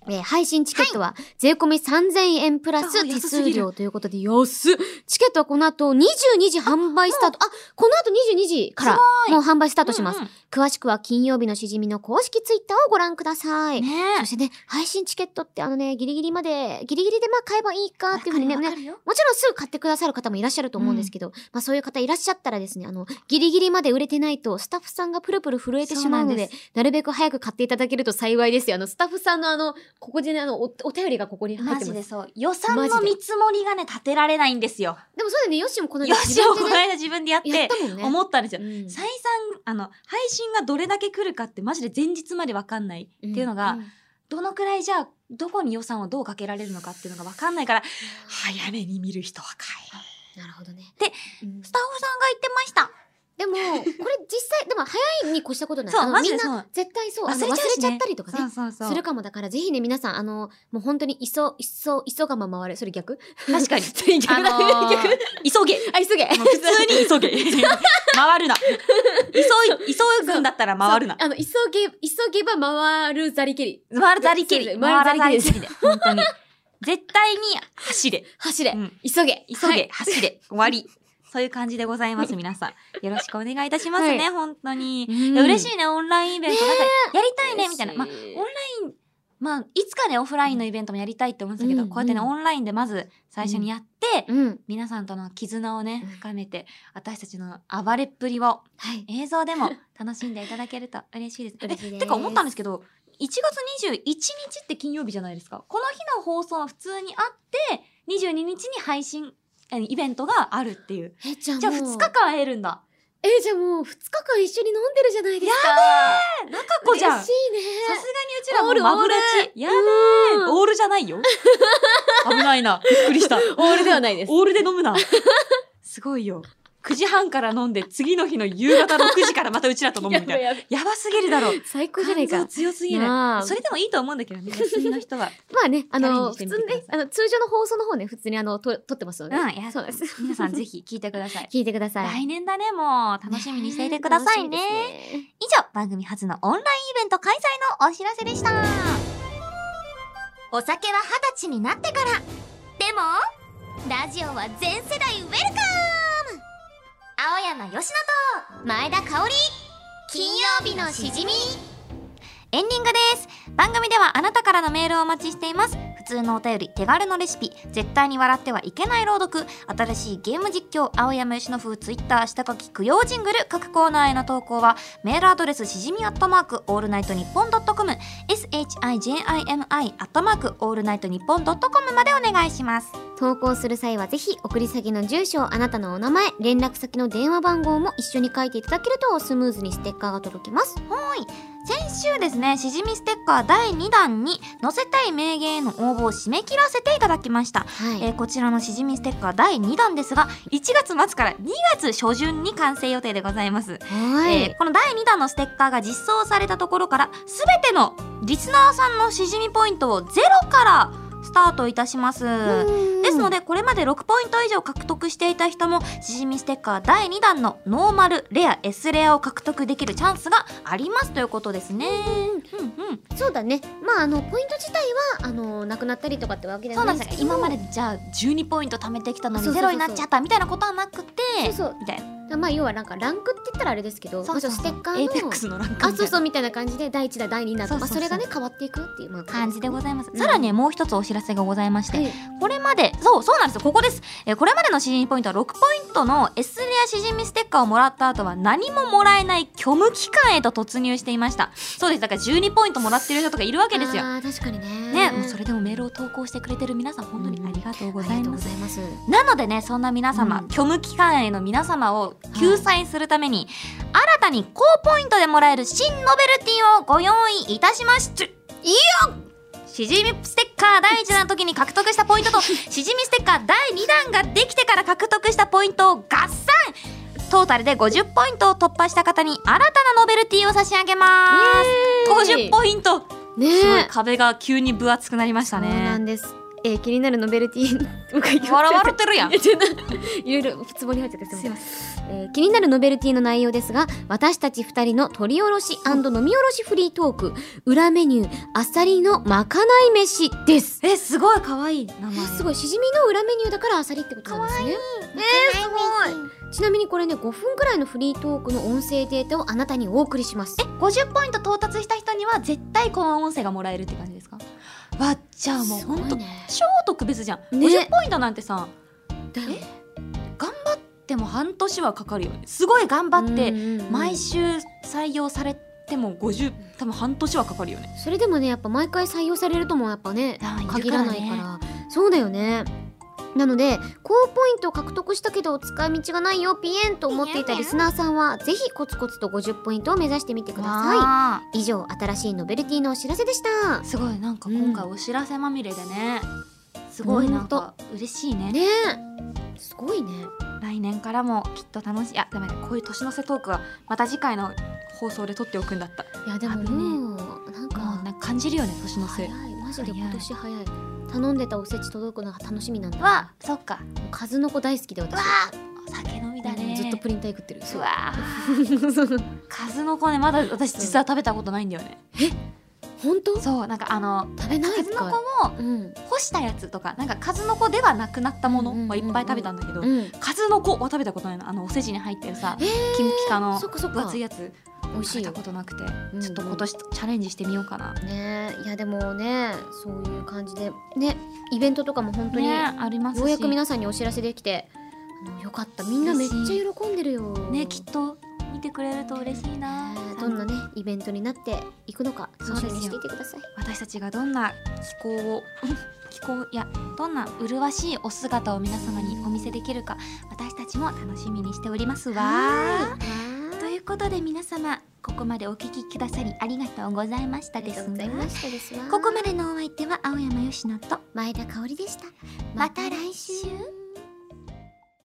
[SPEAKER 2] えー配信チケットは税込み3000円プラス
[SPEAKER 1] あ
[SPEAKER 2] 手
[SPEAKER 1] 安すぎ
[SPEAKER 2] 数
[SPEAKER 1] る
[SPEAKER 2] 料ということで安っチケットはこの後22時販売スタートあこの後22時から
[SPEAKER 1] すご
[SPEAKER 2] もう販売スタートします、
[SPEAKER 1] うんうん
[SPEAKER 2] 詳しくは金曜日のしじみの公式ツイッターをご覧ください、
[SPEAKER 1] ね
[SPEAKER 2] そしてね配信チケットってあのねギリギリまでギリギリでまあ買えばいいかっていうふうにねね
[SPEAKER 1] ね。
[SPEAKER 2] もちろんすぐ買ってくださる方もいらっしゃると思うんですけど、まあそういう方いらっしゃったらですね、あの、ギリギリまで売れてないとスタッフさんがプルプル震えてしまうの
[SPEAKER 1] そうな
[SPEAKER 2] で、
[SPEAKER 1] ん
[SPEAKER 2] な
[SPEAKER 1] で
[SPEAKER 2] るべく早く買っていただけると幸いですよ。あの、スタッフさんのあの、ここでね、あの、おお便りがここに入っ
[SPEAKER 1] マ
[SPEAKER 2] て
[SPEAKER 1] ジ
[SPEAKER 2] ま。
[SPEAKER 1] ですそう。予算の
[SPEAKER 2] マジで
[SPEAKER 1] 見積もりがね、立てられないんですよ。
[SPEAKER 2] でもそうだよね、ヨッシーもこの
[SPEAKER 1] よしをこ
[SPEAKER 2] で
[SPEAKER 1] の
[SPEAKER 2] ね、
[SPEAKER 1] 間自分でやっ、
[SPEAKER 2] やってたもんね。
[SPEAKER 1] 思ったんですよ。
[SPEAKER 2] うん
[SPEAKER 1] 採算、あの、配信がどれだけ来るかってマジで前日までわかんないっていうのが、
[SPEAKER 2] んん
[SPEAKER 1] どのくらいじゃあどこに予算をどうかけられるのかっていうのが分かんないから早めに見る人は買え
[SPEAKER 2] なるほどね。
[SPEAKER 1] で
[SPEAKER 2] うん
[SPEAKER 1] スタッフさんが言ってました
[SPEAKER 2] でも、これ実際、でも早いに越したことない。
[SPEAKER 1] そう
[SPEAKER 2] あの
[SPEAKER 1] マジで
[SPEAKER 2] みん
[SPEAKER 1] そ
[SPEAKER 2] な
[SPEAKER 1] う、
[SPEAKER 2] 絶対そう、あの
[SPEAKER 1] 忘れちゃ
[SPEAKER 2] 忘
[SPEAKER 1] う
[SPEAKER 2] れ
[SPEAKER 1] し
[SPEAKER 2] ち
[SPEAKER 1] ね
[SPEAKER 2] ゃったりとかね。
[SPEAKER 1] そうそう
[SPEAKER 2] するかもだからぜひね皆さんあのもう本当に急急急がま回れそれ逆
[SPEAKER 1] 確 かに
[SPEAKER 2] 逆だね
[SPEAKER 1] あの ー
[SPEAKER 2] 逆
[SPEAKER 1] 急げ
[SPEAKER 2] あ急げ
[SPEAKER 1] もう普通に急げ 回るな急い急ぐんだったら回るな
[SPEAKER 2] そうあの急げ急げば回るざりけり
[SPEAKER 1] 回るざりきり
[SPEAKER 2] そう
[SPEAKER 1] 回
[SPEAKER 2] そう回
[SPEAKER 1] ら
[SPEAKER 2] る
[SPEAKER 1] ざ
[SPEAKER 2] ざ
[SPEAKER 1] り
[SPEAKER 2] り
[SPEAKER 1] きり
[SPEAKER 2] きり
[SPEAKER 1] で本当に絶対に走れ、
[SPEAKER 2] 走れ、
[SPEAKER 1] うん
[SPEAKER 2] 急げ
[SPEAKER 1] 急
[SPEAKER 2] は
[SPEAKER 1] げ
[SPEAKER 2] い
[SPEAKER 1] 走れ終わりそういう感じでございます皆さんよろしくお願いいたしますね、
[SPEAKER 2] はい
[SPEAKER 1] 本当に
[SPEAKER 2] う
[SPEAKER 1] い
[SPEAKER 2] ん
[SPEAKER 1] や嬉しいねオンラインイベントなんかやりたいね
[SPEAKER 2] 嬉し
[SPEAKER 1] みたいなまあまあ、いつかね、オフラインのイベントもやりたいって思ってたけど、
[SPEAKER 2] うん
[SPEAKER 1] こうやってね、
[SPEAKER 2] うん
[SPEAKER 1] オンラインでまず最初にやって、
[SPEAKER 2] うん
[SPEAKER 1] 皆さんとの絆をね
[SPEAKER 2] うん、
[SPEAKER 1] 深めて、私たちの暴れっぷりを
[SPEAKER 2] はい
[SPEAKER 1] 映像でも楽しんでいただけると嬉しいです。
[SPEAKER 2] 嬉しい
[SPEAKER 1] え
[SPEAKER 2] です
[SPEAKER 1] てか思ったんですけど、1月21日って金曜日じゃないですか。この日の放送は普通にあって、22日に配信、えイベントがあるっていう。
[SPEAKER 2] えじゃあ
[SPEAKER 1] じゃあ
[SPEAKER 2] もう
[SPEAKER 1] 2日間会えるんだ。
[SPEAKER 2] えじゃあもう2日間一緒に飲んでるじゃないですか。
[SPEAKER 1] 中子じゃん
[SPEAKER 2] 嬉
[SPEAKER 1] さ
[SPEAKER 2] し
[SPEAKER 1] す
[SPEAKER 2] いね。
[SPEAKER 1] がにうちらもマブダチやべえ
[SPEAKER 2] うん
[SPEAKER 1] オールじゃない よ危ないなびっくりした
[SPEAKER 2] オールではないです。
[SPEAKER 1] オールで飲むなすごいよ9時半から飲んで次の日の夕方6時からまたうちらと飲むみたいな
[SPEAKER 2] やばい
[SPEAKER 1] やばすぎるだろう
[SPEAKER 2] 最高じゃな
[SPEAKER 1] 肝
[SPEAKER 2] いか
[SPEAKER 1] 臓。強すぎる
[SPEAKER 2] なあ
[SPEAKER 1] それでもいいと思うんだけどね休みの人は
[SPEAKER 2] まあね、あの、
[SPEAKER 1] チ
[SPEAKER 2] 普
[SPEAKER 1] ャレンジしてみて
[SPEAKER 2] 通
[SPEAKER 1] くだ
[SPEAKER 2] に
[SPEAKER 1] さい
[SPEAKER 2] ね、あの、通常の放送の方ね、普通にあの、と撮ってますので。
[SPEAKER 1] うんいや
[SPEAKER 2] そうです。
[SPEAKER 1] 皆さんぜひ聞いてくださ い
[SPEAKER 2] 聞いてください。
[SPEAKER 1] 来年だねもう楽しみにしていてくださいね
[SPEAKER 2] 楽しみですね
[SPEAKER 1] 以上番組初のオンラインイベント開催のお知らせでした
[SPEAKER 3] お酒は二十歳になってからでもラジオは全世代ウェルカム青山佳乃と前田香織金曜日のしじみ
[SPEAKER 1] エンディングです番組ではあなたからのメールをお待ちしています普通のお便り手軽のレシピ絶対に笑ってはいけない朗読新しいゲーム実況青山由伸風ツイッター下書き供養ジングル各コーナーへの投稿はメールアドレスしじみアットマークオールナイトニッポンドットコム SHIJIMI アットマークオールナイトニッポンドットコムまでお願いします
[SPEAKER 2] 投稿する際はぜひ送り先の住所あなたのお名前連絡先の電話番号も一緒に書いていただけるとスムーズにステッカーが届きます
[SPEAKER 1] 先週ですねしじみステッカー第2弾に載せたい名言への応募を締め切らせていただきました
[SPEAKER 2] はい、
[SPEAKER 1] えーこちらのしじみステッカー第2弾ですが1月末から2月初旬に完成予定でございます、
[SPEAKER 2] はい、
[SPEAKER 1] えーこの第2弾のステッカーが実装されたところから全てのリスナーさんのしじみポイントをゼロからスタートいたしますですの
[SPEAKER 2] で
[SPEAKER 1] でこれまで6ポイント以上獲得していた人もしじみステッカー第2弾のノーマルレア S レアを獲得できるチャンスがありますということですね。うんうん
[SPEAKER 2] そうだねまああのポイント自体はあのなくなったりとかってわけで
[SPEAKER 1] そ
[SPEAKER 2] は
[SPEAKER 1] う
[SPEAKER 2] な
[SPEAKER 1] ないんです
[SPEAKER 2] で
[SPEAKER 1] す
[SPEAKER 2] け
[SPEAKER 1] よ
[SPEAKER 2] ど
[SPEAKER 1] 今までじゃあ12ポイント貯めてきたの
[SPEAKER 2] そ
[SPEAKER 1] に
[SPEAKER 2] うそうそうそ
[SPEAKER 1] ゼロ
[SPEAKER 2] う
[SPEAKER 1] になっちゃったみたいなことはなくて
[SPEAKER 2] そうそう
[SPEAKER 1] みたいな
[SPEAKER 2] だまあ要はなんかランクって言ったらあれですけど
[SPEAKER 1] そうそう
[SPEAKER 2] まあちょっとステッカーの
[SPEAKER 1] エイペックスのランクみたい
[SPEAKER 2] あ
[SPEAKER 1] な
[SPEAKER 2] そうそうみたいな感じで第一弾第二弾とまあ
[SPEAKER 1] そうそうそう
[SPEAKER 2] それがね変わっていくっていう、まあ、
[SPEAKER 1] 感じでございます、
[SPEAKER 2] うん
[SPEAKER 1] さらにもう一つお知らせがございまして、
[SPEAKER 2] はい
[SPEAKER 1] これまでそうそうなんですよここです、えーこれまでのしじみポイントは6ポイントの S レアしじみステッカーをもらった後は何ももらえない虚無期間へと突入していましたそうですだから12ポイントもらってる人とかいるわけですよ
[SPEAKER 2] あー確かにね
[SPEAKER 1] ね、もうそれでもメールを投稿してくれてる皆さん本当にありがとうご
[SPEAKER 2] あり
[SPEAKER 1] ざ
[SPEAKER 2] が
[SPEAKER 1] い
[SPEAKER 2] とうご
[SPEAKER 1] ます
[SPEAKER 2] ざいます
[SPEAKER 1] なのでねそんな皆様、
[SPEAKER 2] うん
[SPEAKER 1] 虚無期間への皆様を救済するために、新たに高ポイントでもらえる新ノベルティをご用意いたしましたいいよしじみステッカー第1弾の時に獲得したポイントとしじみステッカー第2弾ができてから獲得したポイントを合算トータルで50ポイントを突破した方に新たなノベルティを差し上げます
[SPEAKER 2] イエーイ
[SPEAKER 1] 50ポイント
[SPEAKER 2] ね
[SPEAKER 1] すごい
[SPEAKER 2] え
[SPEAKER 1] 壁が急に分厚くなりました
[SPEAKER 2] そうな
[SPEAKER 1] ね
[SPEAKER 2] んです。えー気になるノベルティー もう一回言っ
[SPEAKER 1] 笑われてるやん
[SPEAKER 2] いや違ういろいろツボに入っちゃってすいません、えー気になるノベルティの内容ですが私たち2人の取り下ろし飲み下ろしフリートーク裏メニューあさりのまかない飯です
[SPEAKER 1] えすごい可愛い名
[SPEAKER 2] え
[SPEAKER 1] 前
[SPEAKER 2] ーすごいしじみの裏メニューだからあさりってことなんですね
[SPEAKER 3] えすごい
[SPEAKER 2] ちなみにこれね5分くらいのフリートークの音声データをあなたにお送りします
[SPEAKER 1] 50ポイント到達した人には絶対この音声がもらえるって感じですかわっじゃあもう
[SPEAKER 2] すご
[SPEAKER 1] ほ
[SPEAKER 2] い
[SPEAKER 1] んと
[SPEAKER 2] ね
[SPEAKER 1] 超特別じゃん、
[SPEAKER 2] ね
[SPEAKER 1] 50ポイントなんてさ
[SPEAKER 2] だよね
[SPEAKER 1] 頑張っても半年はかかるよねすごい頑張って
[SPEAKER 2] うんうんうん
[SPEAKER 1] 毎週採用されても50多分半年はかかるよね
[SPEAKER 2] それでもねやっぱ毎回採用されるともやっぱね
[SPEAKER 1] あいるからね
[SPEAKER 2] 限らないからそうだよねなので高ポイントを獲得したけど使い道がないよピエンと思っていたリスナーさんはぜひコツコツと50ポイントを目指してみてくださ
[SPEAKER 1] はい
[SPEAKER 2] 以上新しいノベルティのお知らせでした
[SPEAKER 1] いすごいなんか今回お知らせまみれでね、すごいなんか嬉しいね
[SPEAKER 2] ねえすごいね
[SPEAKER 1] 来年からもきっと楽しいあダメだこういう年の瀬トークはまた次回の放送で撮っておくんだった
[SPEAKER 2] いやでも
[SPEAKER 1] 危ね
[SPEAKER 2] もうなん
[SPEAKER 1] もうな
[SPEAKER 2] か
[SPEAKER 1] んか感じるよね年の
[SPEAKER 2] 早
[SPEAKER 1] 瀬
[SPEAKER 2] いマジで今年早い頼んでたおせち届くのが楽しみなんだ
[SPEAKER 1] はそっか
[SPEAKER 2] 数の子大好きで私
[SPEAKER 1] お酒飲みだね
[SPEAKER 2] ずっとプリン体食ってる
[SPEAKER 1] う
[SPEAKER 2] そう
[SPEAKER 1] わー数の子ねまだ私実は食べたことないんだよね
[SPEAKER 2] 本当食
[SPEAKER 1] そうなんかあの
[SPEAKER 2] べない
[SPEAKER 1] 数の子
[SPEAKER 2] か
[SPEAKER 1] を
[SPEAKER 2] うん
[SPEAKER 1] 干したやつとかなんか数の子ではなくなったも
[SPEAKER 2] うんうんうんうん
[SPEAKER 1] のはいっぱい食べたんだけど
[SPEAKER 2] うん
[SPEAKER 1] 数の子は食べたことないのあのおせちに入ってるさ
[SPEAKER 2] えー
[SPEAKER 1] キムキ科の
[SPEAKER 2] そっかそっ
[SPEAKER 1] 分
[SPEAKER 2] か
[SPEAKER 1] 厚いやつ
[SPEAKER 2] 美味し
[SPEAKER 1] 食べ
[SPEAKER 2] い
[SPEAKER 1] た
[SPEAKER 2] よ
[SPEAKER 1] ことなくて
[SPEAKER 2] うん
[SPEAKER 1] ちょっと今年チャレンジしてみようかな
[SPEAKER 2] ねいやでもねそういう感じでねイベントとかも本当に、
[SPEAKER 1] ねありますし
[SPEAKER 2] ようやく皆さんにお知らせできてあのよかったみんなめっちゃ喜んでるよ
[SPEAKER 1] ねきっと見てくれると嬉しいな
[SPEAKER 2] ねどんなねイベントになっていくのか楽しみにしていてください
[SPEAKER 1] 私たちがどんな気候を
[SPEAKER 3] 気候やどんな麗しいお姿を皆様にお見せできるか私たちも楽しみにしておりますわ。ということで皆様ここまでお聞きくださりありがとうございました
[SPEAKER 2] あり
[SPEAKER 3] で
[SPEAKER 2] がと
[SPEAKER 3] す
[SPEAKER 2] うござ
[SPEAKER 3] が
[SPEAKER 2] いましたですわ
[SPEAKER 3] ここまでのお相手は青山佳乃と
[SPEAKER 4] 前田香織でした。
[SPEAKER 2] ま
[SPEAKER 4] ま
[SPEAKER 2] た
[SPEAKER 4] た来
[SPEAKER 2] 来週
[SPEAKER 4] 週